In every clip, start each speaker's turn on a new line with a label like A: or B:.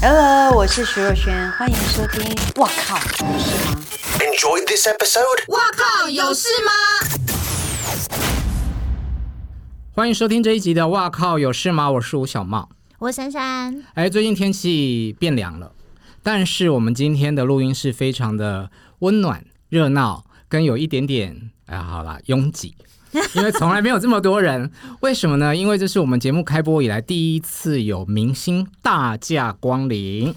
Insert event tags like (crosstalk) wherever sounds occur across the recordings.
A: Hello，我是徐若瑄，欢迎收听。哇靠，有事吗？
B: Enjoyed this episode?
C: 哇靠，有事吗？
D: 欢迎收听这一集的《哇靠有事吗》，我是吴小茂。
C: 我珊珊，
D: 哎，最近天气变凉了，但是我们今天的录音是非常的温暖、热闹，跟有一点点哎，好啦，拥
C: (laughs)
D: 挤，因为从来没有这么多人。为什么呢？因为这是我们节目开播以来第一次有明星大驾光临。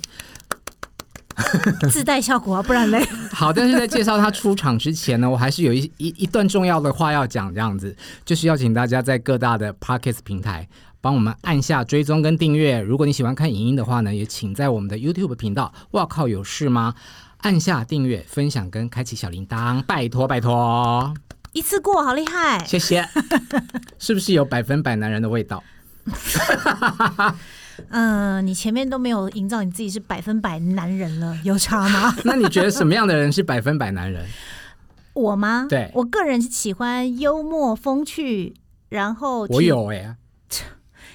C: 自带效果啊，不然嘞。 (laughs)
D: 好，但是在介绍他出场之前呢，我还是有一一一段重要的话要讲，这样子就是邀请大家在各大的 Podcast 平台帮我们按下追踪跟订阅。如果你喜欢看影音的话呢，也请在我们的 YouTube 频道“哇靠有事吗”按下订阅、分享跟开启小铃铛，拜托拜托，
C: 一次过，好厉害！
D: 谢谢。是不是有百分百男人的味道？
C: 嗯、你前面都没有营造你自己是百分百男人了，有差
D: (laughs)
C: 吗？
D: 那你觉得什么样的人是百分百男人？
C: 我吗？
D: 对
C: 我个人喜欢幽默风趣，然后体
D: 我有哎、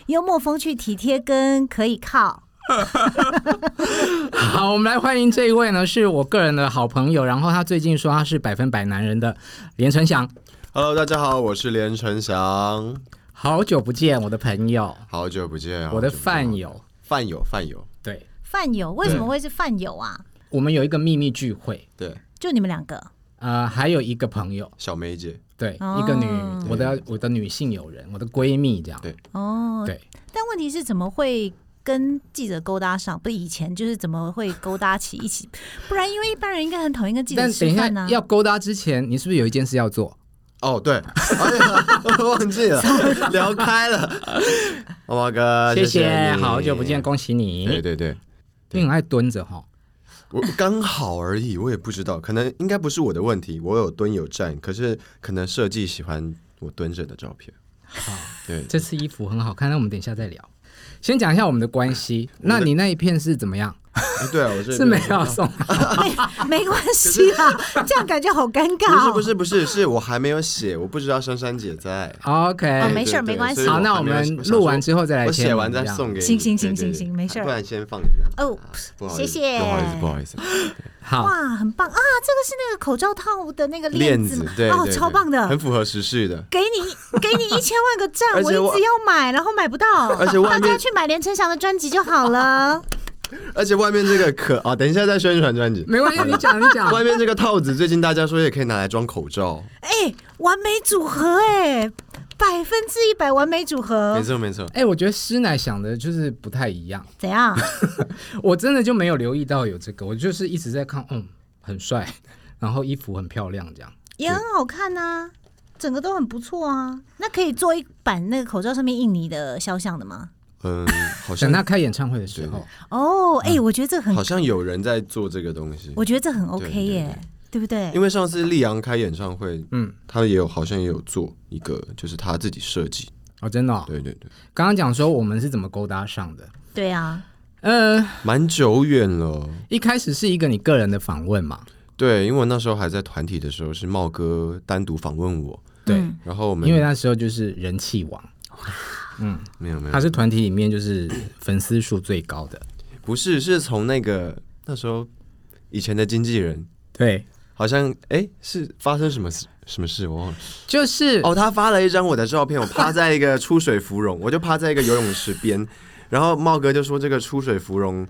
C: 幽默风趣、体贴跟可以靠。
D: 好，我们来欢迎这一位呢，是我个人的好朋友，然后他最近说他是百分百男人的连成祥，
E: Hello，大家好，我是连晨翔，
D: 好久不见，我的朋友，
E: 好久不见，啊
D: 我的
E: 好久不见
D: 饭，友，
E: 饭友，饭友，
D: 对
C: 饭友为什么会是饭友啊？
D: 我们有一个秘密聚会，
E: 对，
C: 就你们两个，
D: 呃，还有一个朋友，
E: 小梅姐，
D: 对，
C: 哦
D: 一个女，我的我的女性友人，我的闺蜜这样，
E: 对
C: 哦，
D: 对，
C: 但问题是怎么会跟记者勾搭上？不是以前就是怎么会勾搭起一
D: (laughs)
C: 起？不然因为一般人应该很讨厌跟记者
D: 但等
C: 吃
D: 一下
C: 饭啊呢、
D: 要勾搭之前，你是不是有一件事要做？
E: 哦，对， (laughs) 哎呀，忘记
D: (laughs)
E: 了，聊开了，猫猫哥，
D: 谢
E: 啊谢你
D: 好久不见，，恭喜
E: 对
D: 你，
E: 对对，
D: 你很爱蹲着哈，
E: 我刚好而已，我也不知道，可能应该不是我的问题，我有蹲有站，可是可能设计喜欢我蹲着的照片，对，
D: 这次衣服很好看，那我们等一下再聊。先讲一下我们的关系，那你那一片是怎么样？
E: 哎对啊，我这
D: 是没有送
C: (laughs) 没没关系啊，这样感觉好尴
E: 不
C: 尬、
E: 是
C: 哦。
E: 不是不是，是我还没有写，我不知道珊珊姐在。
D: (laughs) OK，、
C: 哦
E: 对
C: 没事儿
E: 对对
C: 没关系
E: 所以
D: 好那
E: 还
D: 我
E: 没有
D: 们
E: 写想
D: 录
E: 说
D: 完之后再来
E: 我
D: 签
E: 写
D: 名
E: 完
D: 这
E: 再
D: 样
E: 送给你。
C: 行行
E: 对
C: 行
E: 对
C: 行
E: 对
C: 行没事儿
E: 不然先放一下。
C: 哦
E: 啊不好
C: 谢
E: 意思
C: 谢
E: 不好意思，不哦好意思。
D: 好，
C: 哇，很棒啊！这个是那个口罩套的那个
E: (laughs) 链
C: 子
E: 子
C: 嘛，
E: 对，
C: 哦，
E: 对
C: 超棒
E: 很
C: 的。
E: 符合时事的。
C: 给
E: (laughs)
C: 你给你一千万个赞，
E: 而
C: 我
E: 且
C: 一
E: 我
C: 直要买，然后买不到。
E: 而且外
C: 大
E: 面
C: 家去买连晨祥的专辑就好
E: (laughs)
C: 了。
E: 而且外面这个可 (laughs) 啊，等一下再宣传专辑。
D: 没关系，你讲你讲。
E: 外面这个套子，最近大家说也可以拿来装口罩。
C: 哎、完美组合哎、百分之一百完美组合
E: 没，错没错，
D: (laughs) 哎、我觉得师奶想的就是不太一样，
C: 怎
E: (laughs)
C: 样？
D: 我真的就没有留意到有这个，我就是一直在看，嗯，很帅，然后衣服很漂亮，这样。
C: 也很好看呐、整个都很不错啊。那可以做一版那个口罩上面印你的肖像的吗？
E: (laughs) 嗯，好
D: 等
E: 像
D: 他开演唱会的时候，
C: 哦，哎、我觉得这很
E: 啊好，像有人在做这个东西
C: 我。觉得这很
E: 对
C: OK
E: 对
C: 耶、对不对？
E: 因为上次丽阳开演唱会，
D: 嗯，
E: 他也有好像也有做一个，就是他自己设计。
D: 哦，真的、哦，
E: 对对对，
D: 刚刚讲说我们是怎么勾搭上的，
C: 对啊，
D: 呃，
E: 蛮久远了。
D: 一开始是一个你个人的访问嘛，
E: 对，因为我那时候还在团体的时候，是茂哥单独访问我，
D: 对，
C: 嗯
E: 然后我们
D: 因为那时候就是人气王，
E: 没有没有，
D: 他是团体里面就是粉丝数最高的，
E: 不是是从那个那时候以前的经纪人，
D: 对，
E: 好像哎是发生什么事什么事我忘了
D: 就是
E: 哦，他发了一张我的照片，我趴在一个出水芙蓉，我就趴在一个游泳池边，然后茂哥就说这个出水芙蓉，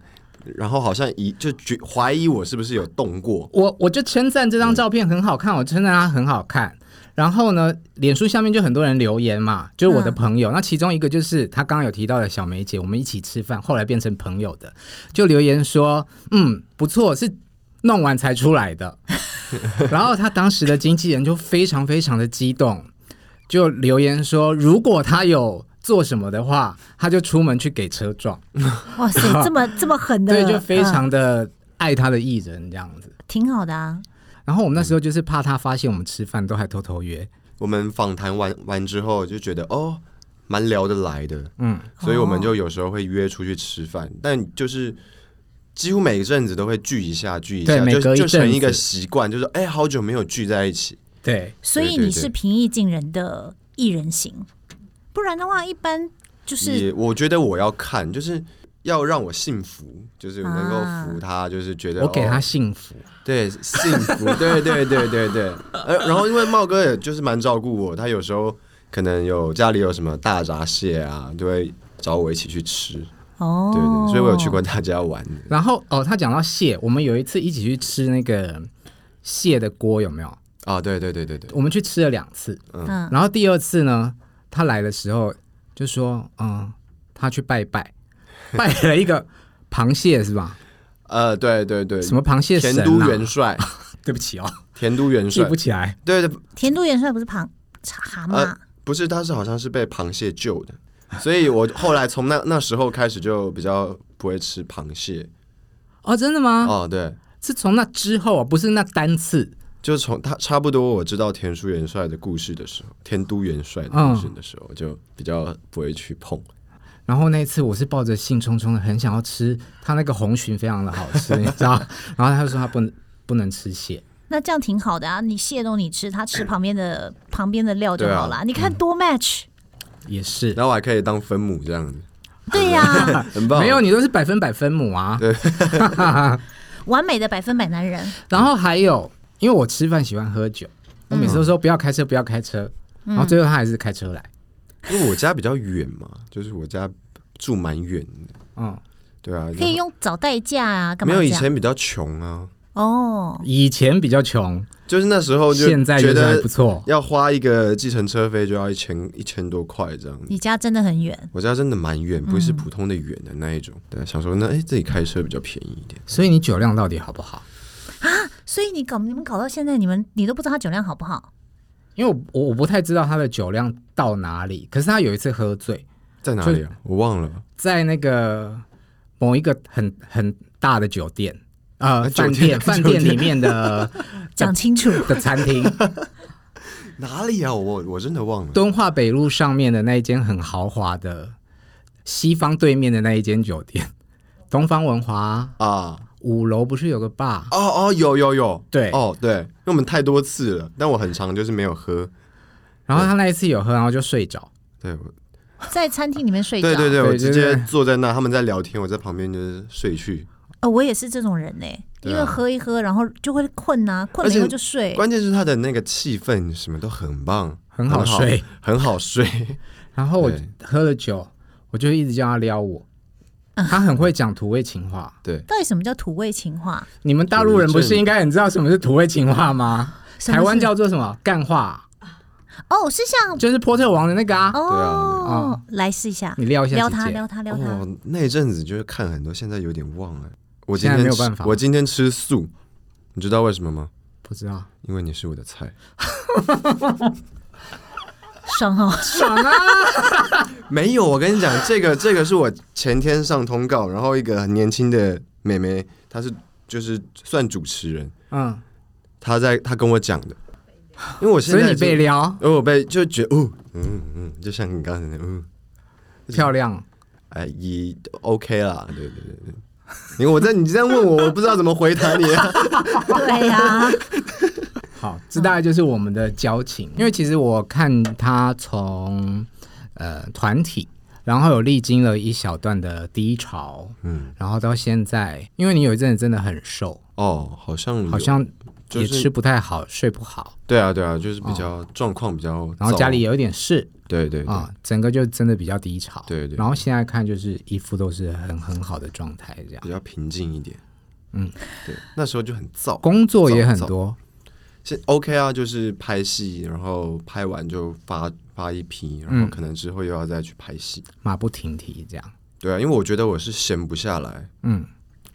E: 然后好像疑就觉怀疑我是不是有动过，
D: 我我就称赞这张照片很好看，我称赞它很好看。然后呢，脸书下面就很多人留言嘛，就是我的朋友。那其中一个就是他刚刚有提到的小梅姐，我们一起吃饭，后来变成朋友的，就留言说：“嗯，不错，是弄完才出来的。”然后他当时的经纪人就非常非常的激动，就留言说：“如果他有做什么的话，他就出门去给车撞。
C: 哇
E: (laughs)
C: 塞，这么这么狠”的，
D: 对，就非
C: 嗯
D: 常的爱他的艺人这样子。
C: 挺好的啊。
D: 然后我们那时候就是怕他发现我们吃饭，都还偷偷约。
E: 我们访谈完完之后就觉得哦，蛮聊得来的，
D: 嗯，
E: 所以我们就有时候会约出去吃饭，但就是几乎每一阵子都会聚一下，聚一
D: 对
E: 下，
D: 每
E: 就
D: 隔一
E: 就成
D: 阵
E: 一个
D: 子
E: 习惯，就是哎、好久没有聚在一起，
D: 对，
C: 所以
E: 对对
C: 你是平易近人的艺人型，不然的话，一般就是
E: 也我觉得我要看，就是要让我幸福，就是能够服他，就是觉得
D: 啊我给他
E: 哦
D: 幸福，
E: 对幸福，对对对对对。呃，然后因为茂哥也就是蛮照顾我，他有时候可能有家里有什么大闸蟹啊，就会找我一起去吃，
C: 哦，
E: 对对，所以我有去过他家玩。
D: 然后哦，他讲到蟹，我们有一次一起去吃那个蟹的锅，有没有？
E: 啊，对对对对对，
D: 我们去吃了两次，
C: 嗯，
D: 然后第二次呢，他来的时候就说，嗯，他去拜
E: (laughs)
D: 拜，拜了一个螃蟹是吧？
E: 呃，对对对，
D: 什么螃蟹神、啊？
E: 田都
D: (laughs)
E: 元帅，
D: 对不起哦，
E: 田都元
D: 记
E: 帅
D: 不，起来。
E: 对对，
C: 甜度元帅不是螃蛤蟆
E: 呃，不是，他是好像是被螃蟹救的，所以我后来从那那时候开始就比较不会吃螃蟹。
D: 哦，真的吗？
C: 啊
E: 哦，对，
D: 是从那之后啊，不是那单次。
E: 就是从他差不多我知道田书元帅的故事的时候，田都元帅的故事的时候，就比较不会去碰。
D: 然后那一次我是抱着兴冲冲的，很想要吃他那个红鲟，非常的好吃， (laughs) 你知道。然后他就说他不能不能吃蟹，
C: 那这样挺好的啊，你蟹都你吃，他吃旁边
E: (laughs)
C: 的旁边的料就好
E: 对啊嗯
C: 啦。你看多 match，
D: 也是。
E: 然后我还可以当分母这样子，
C: 对
E: (laughs)
C: 呀，
E: 很棒。
D: 没有，你都是百分百分母啊。
C: 完美的百分百男
E: (laughs)
C: 人。
D: 然后还有，因为我吃饭喜欢喝酒，我每次都说不要开车，不要开车。然后最后他还是开车来，
E: 因为我家比较远嘛，就是我家住蛮远的，
D: 嗯，
E: 对啊，
C: 可以用找代驾啊，干
E: 没
C: 嘛
E: 有
C: 这
E: 以
C: 样？
E: 前比较穷啊，
C: 哦，
D: 以前比较穷，
E: 就是那时候就
D: 现在
E: 觉
D: 就是还
E: 得
D: 不错。
E: 要花一个计程车费就要一千一千多块这样子。
C: 你家真的很远，
E: 我家真的蛮远，不是
C: 嗯
E: 普通的远的那一种。对，想说那哎、诶自己开车比较便宜一点。
D: 所以你酒量到底好不好？
C: 所以你搞你们搞到现在，你们你都不知道他酒量好不好？
D: 因为我我我不太知道他的酒量到哪里，可是他有一次喝醉，
E: 在哪里啊？我忘了。
D: 在那个某一个很很大的酒店，呃，
E: 酒
D: 饭
E: 店
D: 店饭店里面的
C: 讲清
E: (laughs)
C: 楚，
D: 的餐厅，
E: 哪里啊？我我真的忘了。
D: 敦化北路上面的那一间很豪华的西方对面的那一间酒店，东方文华
E: 啊，
D: 五楼不是有个 bar？
E: 哦哦，有有有，
D: 对
E: 哦对，因为我们太多次了，但我很常就是没有喝。
D: 然后他那一次有喝，然后就睡着。
E: 对，我
C: 在餐厅里面睡觉。
E: 对对
D: 对
E: 对，我
D: 对
E: 直
D: 对
E: 接坐在那，他们在聊天，我在旁边就是睡去。
C: 哦，我也是这种人呢、
E: 对
C: 因
E: 啊
C: 为喝一喝，然后就会困呐、困
E: 而
C: 了
E: 且
C: 以后就睡。
E: 关键是他的那个气氛什么都很棒，
D: 很好睡，
E: 很好睡。 (laughs)
D: 然后我
E: 对
D: 喝了酒，我就一直叫他撩我，
C: 啊
D: 他很会讲土味情话。
E: 对，
C: 到底什么叫土味情话？
D: 你们大陆人不是应该很知道什么是土味情话吗？
C: 什么是
D: 台湾叫做什么干话，
C: 哦，是像
D: 就是波特王的那个啊。
E: 对啊
C: 哦，来试一下，
D: 你撩一下
C: 撩
D: 姐
C: 他，
D: 姐
C: 撩他，撩他。
E: 哦，那一阵子就是看很多，现在有点忘了。我
D: 现
E: 今
D: 在
E: 天
D: 没有
E: 吃
D: 办法
E: 我今天吃素，你知道为什么吗？
D: 不知道，
E: 因为你是我的菜，
C: 爽
D: (laughs)
C: 哦！
E: 啊没有。我跟 (laughs) 你讲，这个这个是我前天上通告，然后一个很年轻的妹妹，她是就是算主持人，
D: 嗯，
E: 她在她跟我讲的，因为我现
D: 所
E: 在
D: 以你被
E: 就，
D: 撩，
E: 而我被就觉得，哦，嗯嗯，就像你刚才那，嗯，
D: 漂亮。
E: 哎，也 OK 啦，对对对对。因为我在你这样问我，我不知道怎么回答你、啊。
C: 对啊呀、
D: 好，
E: 嗯
D: 这大概就是我们的交情。因为其实我看他从呃团体，然后有历经了一小段的低潮，
E: 嗯，
D: 然后到现在，因为你有一阵子真的很瘦，
E: (laughs) 哦，好像有
D: 好像
E: 就
D: 也
E: 是
D: 吃不太好，睡不好，
E: 对啊，对啊，就是比较状况比较糟，
D: 哦然后家里有一点事
E: 对对对
D: 啊、整个就真的比较低潮。
E: 对对
D: 然后现在看就是一副都是很很好的状态，这样
E: 比。较平静一点，嗯，对，那时候就很燥，
D: 工作也很
E: 早
D: 多，
E: 是 OK 啊，就是拍戏，然后拍完就发发一批，然
D: 嗯
E: 后可能之后又要再去拍戏，
D: 马不停蹄这样。
E: 对啊，因为我觉得我是闲不下来，
D: 嗯，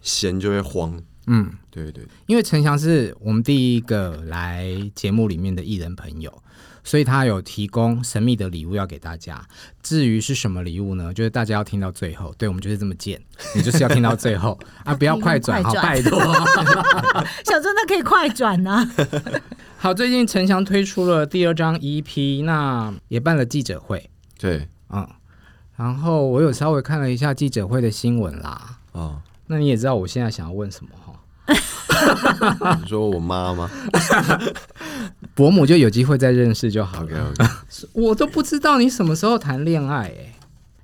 E: 闲就会慌，
D: 嗯，
E: 对对，
D: 因为陈翔是我们第一个来节目里面的艺人朋友，所以他有提供神秘的礼物要给大家。至于是什么礼物呢？就是大家要听到最后，对我们就是这么贱，你就是要听到最 (laughs) 后啊！不要快 (laughs) 转，好，
C: 快
D: 拜托。
C: 小真的可以快转啊呐、
D: 好，最近陈翔推出了第二张 EP，那也办了记者会，
E: 对
D: 嗯，然后我有稍微看了一下记者会的新闻啦。
E: 啊，
D: 那你也知道我现在想要问什么哈？
E: 你说我妈
D: (laughs)
E: 吗
D: 伯母就有机会再认识就好了。
E: ？OK OK，
D: 我都不知道你什么时候谈恋爱、欸，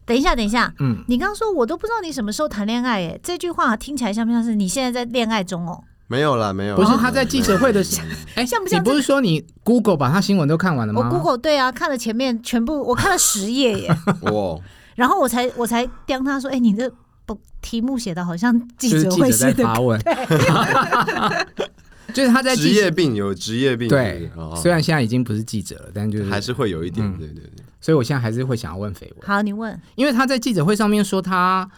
C: 等一下，等一下，
D: 嗯，
C: 你刚刚说我都不知道你什么时候谈恋爱，哎，这句话听起来像不像是你现在在恋爱中哦？
E: 没有啦，没有啦。
D: 不是他在记者会的时，哎，
C: 像哦不像
D: 你不是说你 Google 把他新闻都看完了
C: 我
D: 吗
C: Google 对啊，看了前面全部，我看了十页
D: (laughs)
C: 耶，
E: (laughs) 哇，
C: 然后我才我才刁他说，哎，你这不题目写的好像记
D: 就是
C: 者
D: 记
C: 会
D: 者
C: 写
D: 在
C: 的，
D: 发问， (laughs) 就是他在
E: 职
D: 记
E: 业病有职业病，
D: 对
E: 哦，
D: 虽然现在已经不是记者了，但就是
E: 还是会有一点，
D: 嗯
E: 对对对，
D: 所以我现在还是会想要问绯闻，
C: 好，你问，
D: 因为他在记者会上面说他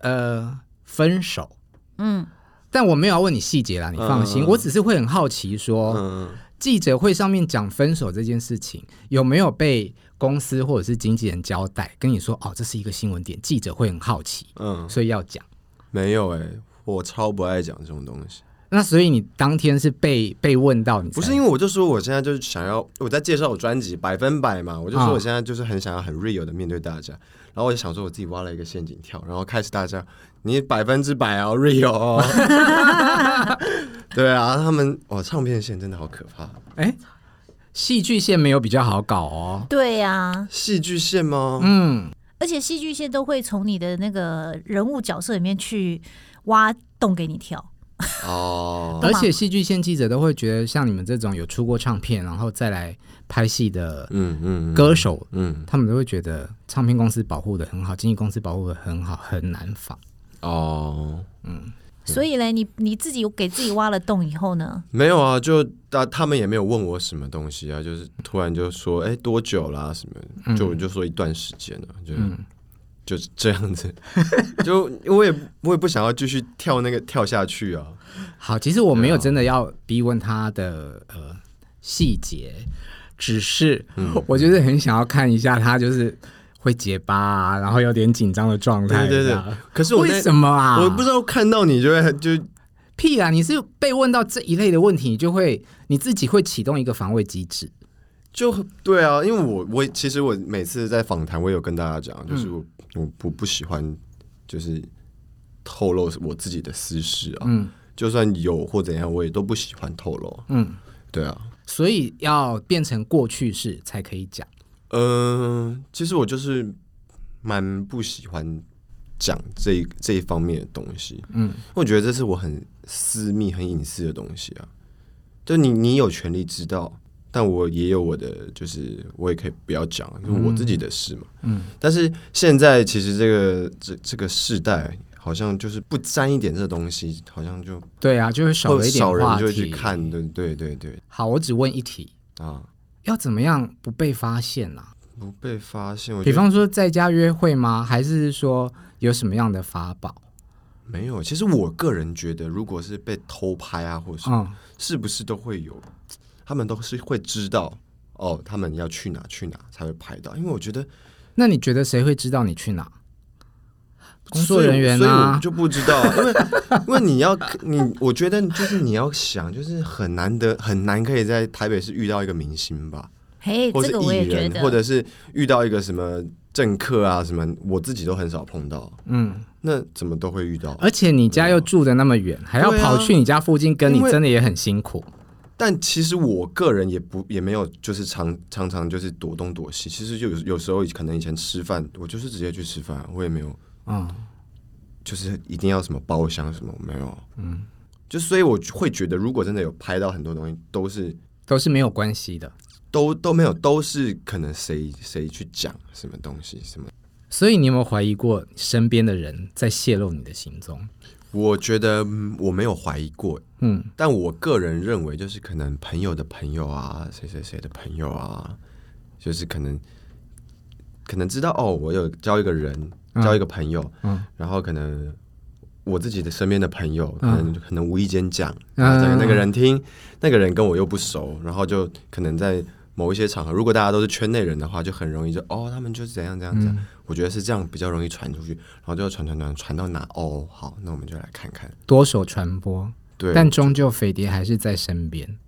D: 呃分手，
C: 嗯，
D: 但我没有要问你细节啦，你放心，
E: 嗯
D: 我只是会很好奇说，
E: 嗯，
D: 记者会上面讲分手这件事情有没有被公司或者是经纪人交代，跟你说哦这是一个新闻点，记者会很好奇，
E: 嗯，
D: 所以要讲。
E: 没有哎、我超不爱讲这种东西。
D: 那所以你当天是被被问到你才，
E: 不是因为我就说我现在就是想要我在介绍我专辑百分百嘛，我就
D: 啊
E: 说我现在就是很想要很 real 的面对大家，然后我就想说我自己挖了一个陷阱跳，然后开始大家你百分之百哦 real，哦
D: (laughs)
E: 对啊，他们哇唱片线真的好可怕，
D: 哎，戏剧线没有比较好搞哦。
C: 对呀，
E: 戏剧线吗？
D: 嗯，
C: 而且戏剧线都会从你的那个人物角色里面去挖洞给你跳，
E: 哦，
D: 而且戏剧线记者都会觉得，像你们这种有出过唱片，然后再来拍戏的
E: 嗯嗯，嗯
D: 歌手，
E: 嗯
D: 他们都会觉得唱片公司保护的很好，经纪公司保护的很好，很难仿。
E: 哦。
C: 所以嘞，你你自己给自己挖了洞以后呢，
E: 没有啊，就他他们也没有问我什么东西啊，就是突然就说，哎、多久啦、什
D: 嗯
E: 么，就我就说一段时间了、就、就是这样子， (laughs) 就我也我也不想要继续跳那个跳下去啊，
D: 好，其实我没有真的要逼问他的呃细节，只是
E: 嗯
D: 我就是很想要看一下他就是会结巴、啊，然后有点紧张的状态。
E: 对对对
D: 这样
E: 可是我
D: 哎为
E: 在
D: 什么啊？
E: 我不知道看到你就会就
D: 屁啊！你是被问到这一类的问题，你就会你自己会启动一个防卫机制。
E: 就对啊，因为我我其实我每次在访谈，我有跟大家讲，
D: 嗯
E: 就是我、我不不喜欢就是透露我自己的私事啊，
D: 嗯
E: 就算有或怎样，我也都不喜欢透露，
D: 嗯，
E: 对啊。
D: 所以要变成过去式才可以讲。
E: 嗯，其实我就是蛮不喜欢讲这一这一方面的东西。
D: 嗯，
E: 我觉得这是我很私密、很隐私的东西啊。就你，你有权利知道，但我也有我的，就是我也可以不要讲，因为我自己的事嘛。嗯。但是现在其实这个这这个世代，好像就是不沾一点这东西，好像就
D: 对啊，就会少
E: 会
D: 了一点
E: 少
D: 话
E: 人
D: 题。
E: 就会去看，对对对对
D: 好，我只问一题，
E: 啊，
D: 要怎么样不被发现啊？
E: 不被发现。我觉
D: 比
E: 得
D: 方说在家约会吗？还是说有什么样的法宝？
E: 没有，其实我个人觉得，如果是被偷拍啊，或者是、
D: 嗯，
E: 是不是都会有，他们都是会知道哦，他们要去哪去哪才会拍到，因为我觉得
D: 那你觉得谁会知道你去哪？工作人员
E: 所以我所以
D: 啊
E: 我，就不知道，因为 (laughs) 因为你要你，我觉得就是你要想，就是很难得很难可以在台北市遇到一个明星吧，
C: 嘿，
E: 或
C: 这
E: 是
C: 个我
E: 艺
C: 也觉
E: 人，
C: 得，
E: 或者是遇到一个什么政客啊什么，我自己都很少碰到，
D: 嗯，
E: 那怎么都会遇到？
D: 而且你家又住的那么远，还要
E: 对啊
D: 跑去你家附近跟你
E: 因，为
D: 真的也很辛苦。
E: 但其实我个人也不也没有，就是常常常就是躲东躲西。其实就有有时候可能以前吃饭，我就是直接去吃饭，我也没有
D: 嗯，
E: 就是一定要什么包厢什么我没有。嗯，就所以我会觉得，如果真的有拍到很多东西，都是
D: 都是没有关系的。
E: 都都没有，都是可能谁谁去讲什么东西什么。
D: 所以你有没有怀疑过身边的人在泄露你的行踪？
E: 我觉得嗯我没有怀疑过，
D: 嗯，
E: 但我个人认为，就是可能朋友的朋友啊，谁谁谁的朋友啊，就是可能可能知道哦，我有交一个人，交一个朋友，
D: 嗯
E: 然后可能我自己的身边的朋友，可
D: 嗯
E: 能、可能无意间讲，
D: 嗯
E: 然后讲给那个人听，那个人跟我又不熟，然后就可能在某一些场合，如果大家都是圈内人的话，就很容易就哦，他们就是怎样怎样怎样，
D: 嗯
E: 我觉得是这样比较容易传出去，然后就传传传传到哪哦，好，那我们就来看看，
D: 多手传播，
E: 对，
D: 但终究匪谍还是在身边，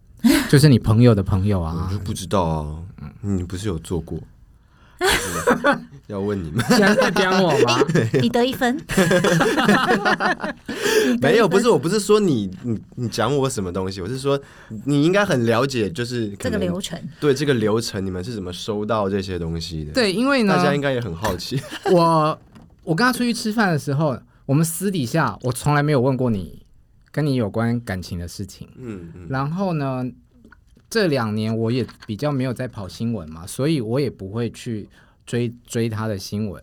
D: 就是你朋友的朋友
E: (laughs) 我
D: 啊嗯 (laughs)
E: 就。不知道啊，你不是有做过？要问你们
D: 现在在讲我吗？
C: 你得一
E: (laughs)
C: 分，
E: 没有？不是，我不是说你你你讲我什么东西，我是说你应该很了解，就是可
C: 这个
E: 能
C: 流程
E: 对这个流程，你们是怎么收到这些东西的？，
D: (laughs) 对，因为呢，
E: 大家应该也很好
D: (laughs)
E: 奇。
D: 我我跟他出去吃饭的时候，我们私底下我从来没有问过你跟你有关感情的事情。
E: 嗯嗯，
D: 然后呢，这两年我也比较没有在跑新闻嘛，所以我也不会去追追他的新闻。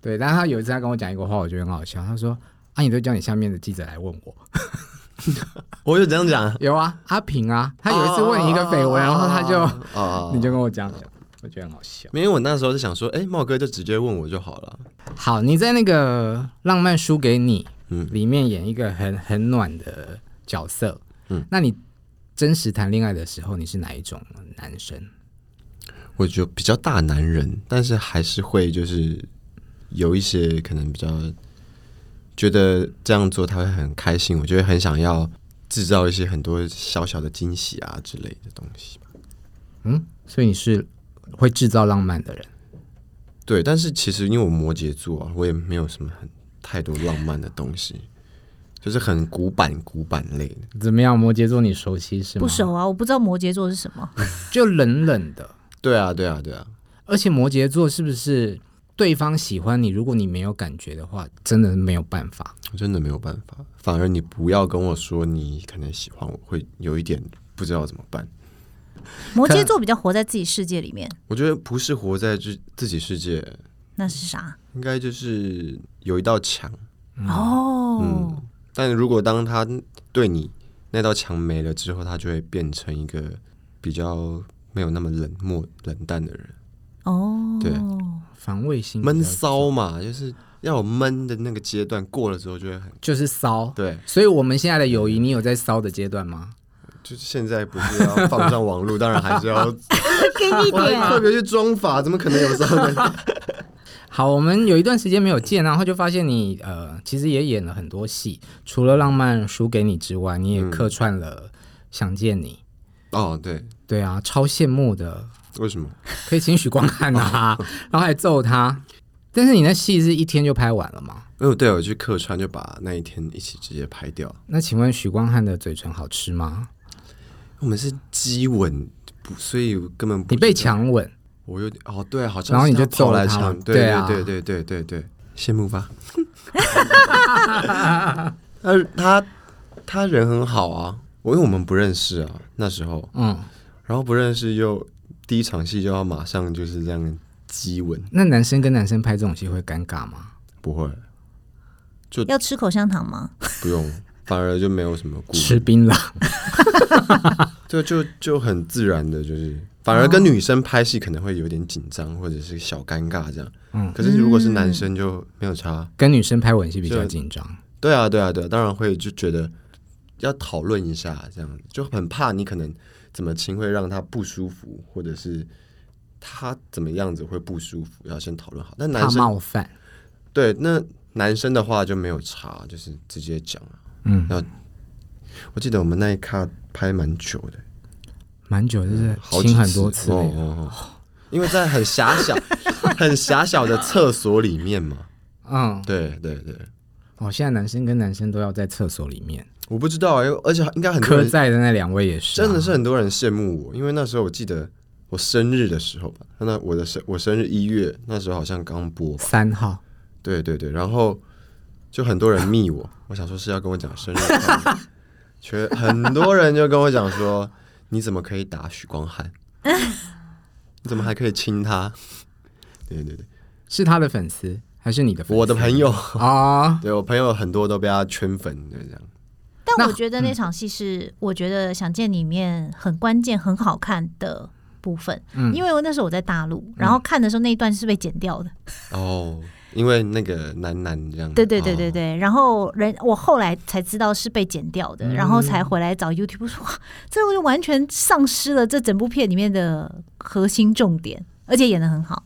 D: 对，但他有一次他跟我讲一个话，我觉得很好笑。他说：“啊，你都叫你下面的记者来问我。
E: 我就这样讲”。
D: 有啊，阿平啊，他有一次问你一个绯闻，然后他就、
E: 哦
D: 你就跟我这样讲，我觉得很好笑。
E: 没有，我那时候是想说，哎、茂哥就直接问我就好了。
D: 好，你在那个《浪漫输给你》
E: 嗯
D: 里面演一个很很暖的角色，
E: 嗯，
D: 那你真实谈恋爱的时候，你是哪一种男生？
E: 我觉得比较大男人，但是还是会就是有一些可能比较觉得这样做他会很开心，我就会很想要制造一些很多小小的惊喜啊之类的东西。
D: 嗯，所以你是会制造浪漫的人。
E: 对，但是其实因为我摩羯座啊，我也没有什么很太多浪漫的东西，就是很古板古板类的。
D: 怎么样，摩羯座你熟悉是吗？
C: 不，熟啊，我不知道摩羯座是什
E: (laughs)
C: 么。
D: 就冷冷的。
E: 对啊，对啊，对啊，
D: 而且摩羯座是不是对方喜欢你，如果你没有感觉的话，真的没有办法。
E: 我真的没有办法。反而你不要跟我说你可能喜欢我，会有一点不知道怎么办。
C: 摩羯座比较活在自己世界里面，
E: 我觉得不是活在自自己世界，
C: 那是啥？
E: 应该就是有一道墙，嗯
C: 哦，
E: 但如果当他对你那道墙没了之后，他就会变成一个比较没有那么冷漠、冷淡的人，
C: 哦，
E: 对
D: 防卫心比较
E: 闷骚嘛，就是要有闷的那个阶段过了之后就会很
D: 就是骚。
E: 对，
D: 所以我们现在的友谊，你有在骚的阶段吗？
E: 就是现在不是要放上网络，当然还是要
C: (laughs) 给你一点
E: 特别去装法，怎么可能有时候呢？
D: 好，我们有一段时间没有见，然后就发现你呃，其实也演了很多戏，除了《浪漫输给你》之外，你也客串了《想见你》
E: (laughs) 哦，对，
D: 对啊，超羡慕的，
E: 为什么？
D: 可以请许光汉
E: (laughs)
D: 啊，
E: 嗯
D: 然后还揍他。但是你那戏是一天就拍完了吗？
E: 因为对我去客串就把那一天一起直接拍掉。
D: 那请问许光汉的嘴唇好吃吗？
E: 我们是激吻，不，所以我根本不
D: 你被
E: 知道
D: 强吻，
E: 我有点哦，对，好像
D: 然后
E: 是
D: 你就
E: 他跑
D: 揍
E: 来
D: 他
E: 抢，
D: 嘛
E: 对
D: 对啊
E: 对对对对对，羡慕吧。他他他人很好啊，我因为我们不认识啊那时候，
D: 嗯，
E: 然后不认识又第一场戏就要马上就是这样激吻，
D: 那男生跟男生拍这种戏会尴尬吗？
E: 不会
C: 要吃口香糖吗？
E: 不用，反而就没有什么顾
D: 吃
E: 虑，
D: 槟榔，
E: 就就就很自然的，就是反而跟女生拍戏可能会有点紧张或者是小尴尬这样，
D: 嗯
E: 可是如果是男生就没有差。
D: 跟女生拍吻戏比较
E: 就
D: 紧张。
E: 对啊，对啊，对啊，当然会就觉得要讨论一下，这样子就很怕你可能怎么亲会让他不舒服，或者是他怎么样子会不舒服，要先讨论好。那
D: 怕
E: 男生
D: 冒犯，
E: 对，那男生的话就没有查，就是直接讲啊。
D: 嗯，
E: 要我记得我们那一卡拍蛮久的，
D: 蛮久就是
E: 好几
D: 亲很多次
E: 哦
D: 的
E: 哦哦，因为在很狭小、 (laughs) 很狭小的厕所里面嘛。
D: 嗯，
E: 对对对，
D: 哦，现在男生跟男生都要在厕所里面，
E: 我不知道、欸，而且应该很多
D: 科
E: 人
D: 在的那两位也是啊、
E: 真的是很多人羡慕我，因为那时候我记得我生日的时候吧，那我的生我生日一月那时候好像刚播吧，
D: 三号，
E: 对对对，然后就很多人密我，我想说是要跟我讲生日快乐，却很多人就跟我讲说你怎么可以打许光汉，你怎么还可以亲他？对对对，
D: 是他的粉丝还是你的粉丝？
E: 我的朋友， (laughs)
D: 啊、
E: 对我朋友很多都被他圈粉，就这样。
D: 那
C: 但我觉得那场戏是，我觉得《想见》里面很关键、很好看的部分，因为我那时候我在大陆，然后看的时候那一段是被剪掉的。
E: 哦，因为那个男男这样，
C: 对对对
E: 哦
C: 对对，然后人我后来才知道是被剪掉的，然后才回来找 YouTube 说，哇，这东西完全丧失了这整部片里面的核心重点，而且演的很好。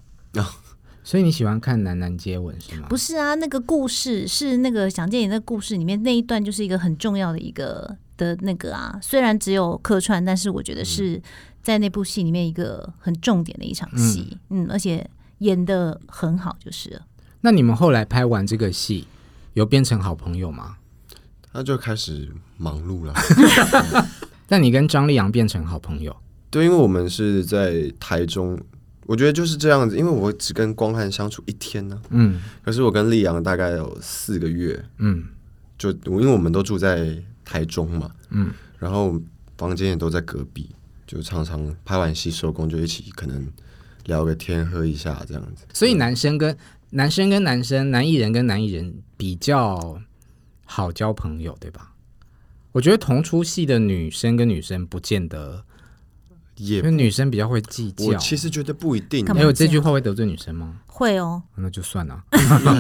D: 所以你喜欢看男男接吻是吗？
C: 不是啊，那个故事是那个《想见你》那个故事里面那一段，就是一个很重要的一个的那个啊。虽然只有客串，但是我觉得是在那部戏里面一个很重点的一场戏，嗯而且演的很好，就是了
D: 那你们后来拍完这个戏，有变成好朋友吗？
E: 他就开始忙碌了。 (laughs)
D: 但你跟张丽阳变成好朋友，
E: 对，因为我们是在台中，我觉得就是这样子，因为我只跟光汉相处一天呢、
D: 嗯
E: 可是我跟丽阳大概有四个月，
D: 嗯，
E: 就因为我们都住在台中嘛，
D: 嗯，
E: 然后房间也都在隔壁，就常常拍完戏收工就一起可能聊个天、喝一下这样子。
D: 所以男生跟男生跟男生，男艺人跟男艺人比较好交朋友，对吧？我觉得同出戏的女生跟女生不见得，
E: 也
D: 因为女生比较会计
E: 我
D: 较。
E: 其实觉得不一定
C: 干，
D: 还
C: 嘛
D: 有哎这句话会得罪女生吗？
C: 会哦，
D: (laughs) 那就算了。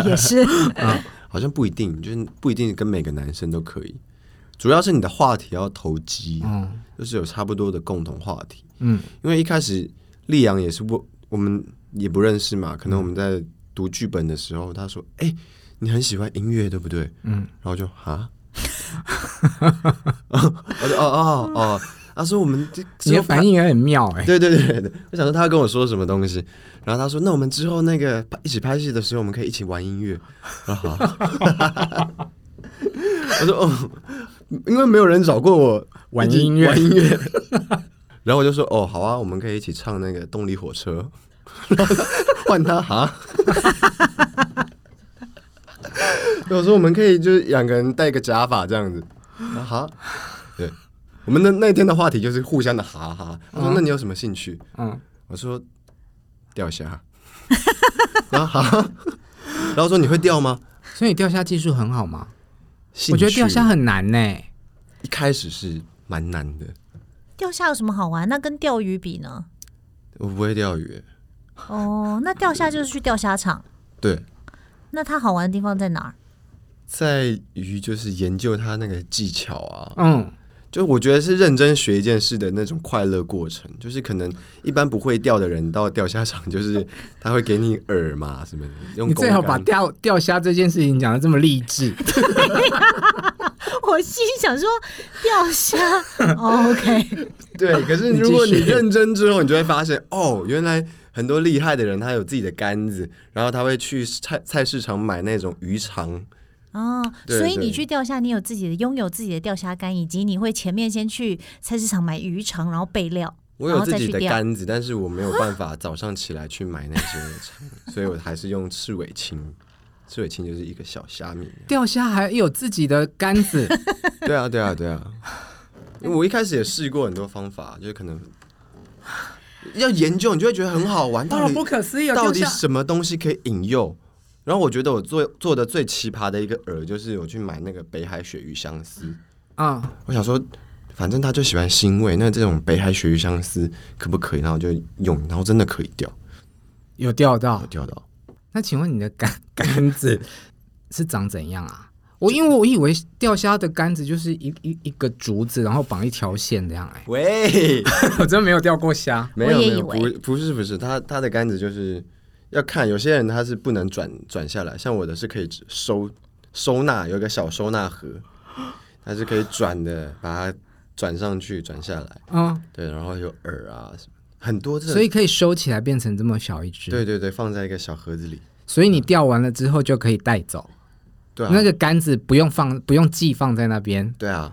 C: 也是
E: 好像不一定，就是不一定跟每个男生都可以。主要是你的话题要投机，
D: 嗯
E: 就是有差不多的共同话题。
D: 嗯，
E: 因为一开始丽阳也是我我们也不认识
D: 嗯
E: 嘛，可能我们在读剧本的时候，他说：“哎、你很喜欢音乐，对不对？”嗯，然后就啊，
D: (laughs)
E: 我就哦哦哦，他说我们这
D: 你的反应也很妙哎、
E: 对对对对，我想说他要跟我说什么东西，然后他说：“那我们之后那个一起拍戏的时候，我们可以一起玩音乐。” (laughs) 然后好，我说：“哦，因为没有人找过我
D: 玩
E: 一起
D: 音乐
E: 玩音乐。”
D: (laughs)
E: 然后我就说：“哦，好啊，我们可以一起唱那个动力火车。”
D: (laughs)
E: 换他哈。 (laughs) 我说我们可以就是两个人戴个假发这样子，啊哈，对，我们的那天的话题就是互相的哈哈。他说：“那你有什么兴趣？”
D: 嗯，
E: 我说钓虾， (laughs) 然后哈，然后说你会钓吗？
D: 所以你钓虾技术很好吗？
E: 兴
D: 我觉得
E: 趣
D: 钓虾很难呢、
E: 一开始是蛮难的，
C: 钓虾有什么好玩？那跟钓鱼比呢？
E: 我不会钓鱼，
C: 哦，那钓虾就是去钓虾场，
E: 对，
C: 那它好玩的地方在哪儿？
E: 在于就是研究它那个技巧啊，
D: 嗯，
E: 就我觉得是认真学一件事的那种快乐过程，就是可能一般不会钓的人到钓虾场，就是 (laughs) 他会给你饵嘛什么的，用
D: 你最好
E: 公
D: 把
E: 竿
D: 钓钓虾这件事情讲的这么励
E: (laughs)
D: 志。
C: (laughs) 我心想说钓虾哦，OK，
E: 对，
D: (laughs)
E: 可是
D: 你继
E: 如果你
D: 续
E: 认真之后，你就会发现，哦，原来很多厉害的人他有自己的杆子，然后他会去菜菜市场买那种鱼肠。
C: 哦，
E: 对
C: 所以
E: 对
C: 你去钓虾，你有自己的拥有自己的钓虾竿，以及你会前面先去菜市场买鱼肠，然后备料，
E: 我
C: 然
E: 有
C: 后
E: 自
C: 再
E: 己
C: 去
E: 的
C: 钓。
E: 杆子，但是我没有办法早上起来去买那些肠，所以我还是用赤尾青。赤尾青就是一个小虾米。
D: 钓虾还有自己的杆 (laughs) 子，
E: 对啊，对啊，对啊。因为我一开始也试过很多方法，就是可能要研究，你就会觉得很好玩。到底
D: 可啊思议
E: 到底什么东西可以引诱？然后我觉得我做做的最奇葩的一个饵，就是我去买那个北海鳕鱼香丝。
D: 啊、
E: 我想说，反正他就喜欢腥味，那这种北海鳕鱼香丝可不可以？然后就用，然后真的可以钓，
D: 有钓到
E: 我。钓到。
D: 那请问你的杆 (laughs) 杆子是长怎样啊？我因为我以为钓虾的杆子就是一一一个竹子，然后绑一条线这样、
E: (laughs)
D: 哎，
E: 喂，
D: 我真的没有钓过虾。
E: 没有
C: 我
E: 没
C: 也以
E: 有，
C: 为
E: 不不是不是，他他的杆子就是要看，有些人他是不能转转下来，像我的是可以收收纳，有一个小收纳盒，它是可以转的，把它转上去，转下来。
D: 嗯，
E: 对，然后有饵啊什么，很多这，
D: 所以可以收起来变成这么小一只。
E: 对，对对，放在一个小盒子里。
D: 所以你钓完了之后就可以带走，
E: 对啊，
D: 那个杆子不用放，不用寄放在那边。
E: 对啊，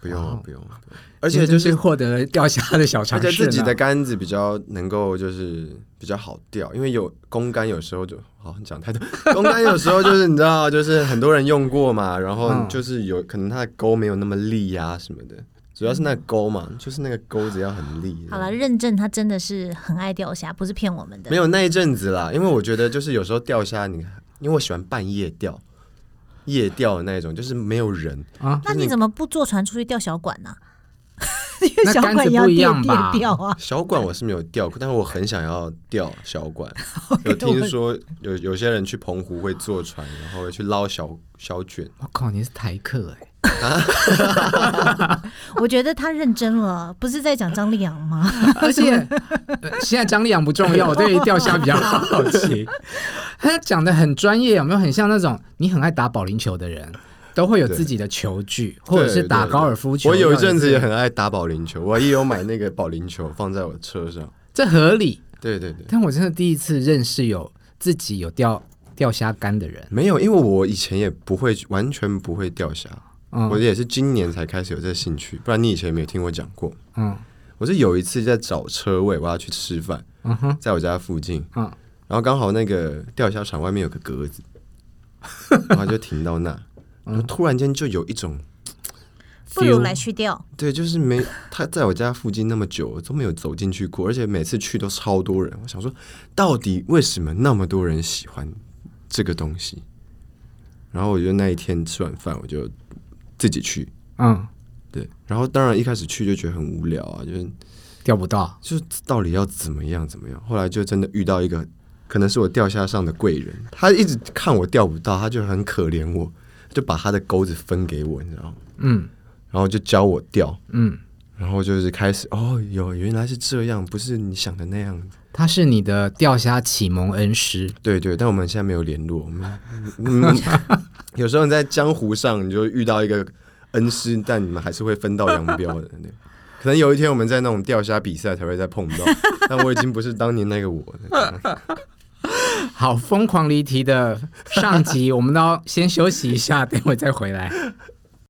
E: 不用啊不用啊，不用而
D: 而
E: 且就是
D: 获得了钓虾的小
E: 而
D: 常识
E: 且
D: 呢，
E: 自己的杆子比较能够就是比较好钓，因为有公杆有时候就好讲太多， (laughs) 公杆有时候就是你知道，就是很多人用过嘛，然后
D: 嗯
E: 就是有可能它的钩没有那么利呀、什么的。主要是那个钩嘛，就是那个钩子要很利。
C: 好了，认证他真的是很爱钓虾，不是骗我们的。
E: 没有那一阵子啦，因为我觉得就是有时候钓虾，你因为我喜欢半夜钓，夜钓的那一种，就是没有人，
C: 那你怎么不坐船出去钓小管
E: (laughs)
C: 呢、因
D: 那
C: 为小
D: 杆
C: 管
D: 子
C: 也要
D: 不一
C: 电
D: 样吧
C: 电钓啊。
E: 小管我是没有钓过，
D: 嗯
E: 但是我很想要钓
D: (laughs)
E: 小管。有听说有有些人去澎湖会坐船，然后会去捞小小卷。
D: 我靠，你是台客哎、
C: (laughs) 我觉得他认真了，不是在讲张丽阳吗？
E: (laughs)
D: 而且、 (laughs) 呃现在张力阳不重要，我对于钓虾比较好奇。他讲的很专业，有没有很像那种你很爱打保龄球的人，都会有自己的球具，或者是打
E: 对对对
D: 高尔夫球？
E: 我有一阵子也
D: 或者是，
E: 很爱打保龄球，我也有买那个保龄球放在我车上。
D: 这合理。
E: 对对对，
D: 但我真的第一次认识有自己有钓钓虾竿的人，
E: 没有，因为我以前也不会，完全不会钓虾，
D: 嗯
E: 我也是今年才开始有这兴趣，不然你以前没有听我讲过。
D: 嗯
E: 我是有一次在找车位，我要去吃饭，
D: 嗯哼
E: 在我家附近，
D: 嗯
E: 然后刚好那个钓虾场外面有个
D: (laughs)
E: 格子，然后就停到那，然
D: 嗯
E: 后突然间就有一种
C: 不如来去钓。
E: 对，就是没他在我家附近那么久我都没有走进去过，而且每次去都超多人。我想说，到底为什么那么多人喜欢这个东西？然后我就那一天吃完饭，我就自己去。
D: 嗯，
E: 对，然后当然一开始去就觉得很无聊啊，就是
D: 钓不到，
E: 就是到底要怎么样怎么样。后来就真的遇到一个，可能是我钓虾上的贵人，他一直看我钓不到，他就很可怜我，就把他的钩子分给我，你知道吗？
D: 嗯
E: 然后就教我钓，
D: 嗯，
E: 然后就是开始哦，有原来是这样，不是你想的那样。
D: 他是你的钓虾启蒙恩师，
E: 对对，但我们现在没有联络。我们、嗯、 (laughs) 有时候你在江湖上，你就会遇到一个恩师，但你们还是会分道扬镳的。对，可能有一天我们在那种钓虾比赛才会再碰到，但我已经不是当年那个我了。
D: 好疯狂离题的上集，我们都要先休息一下，等会再回来。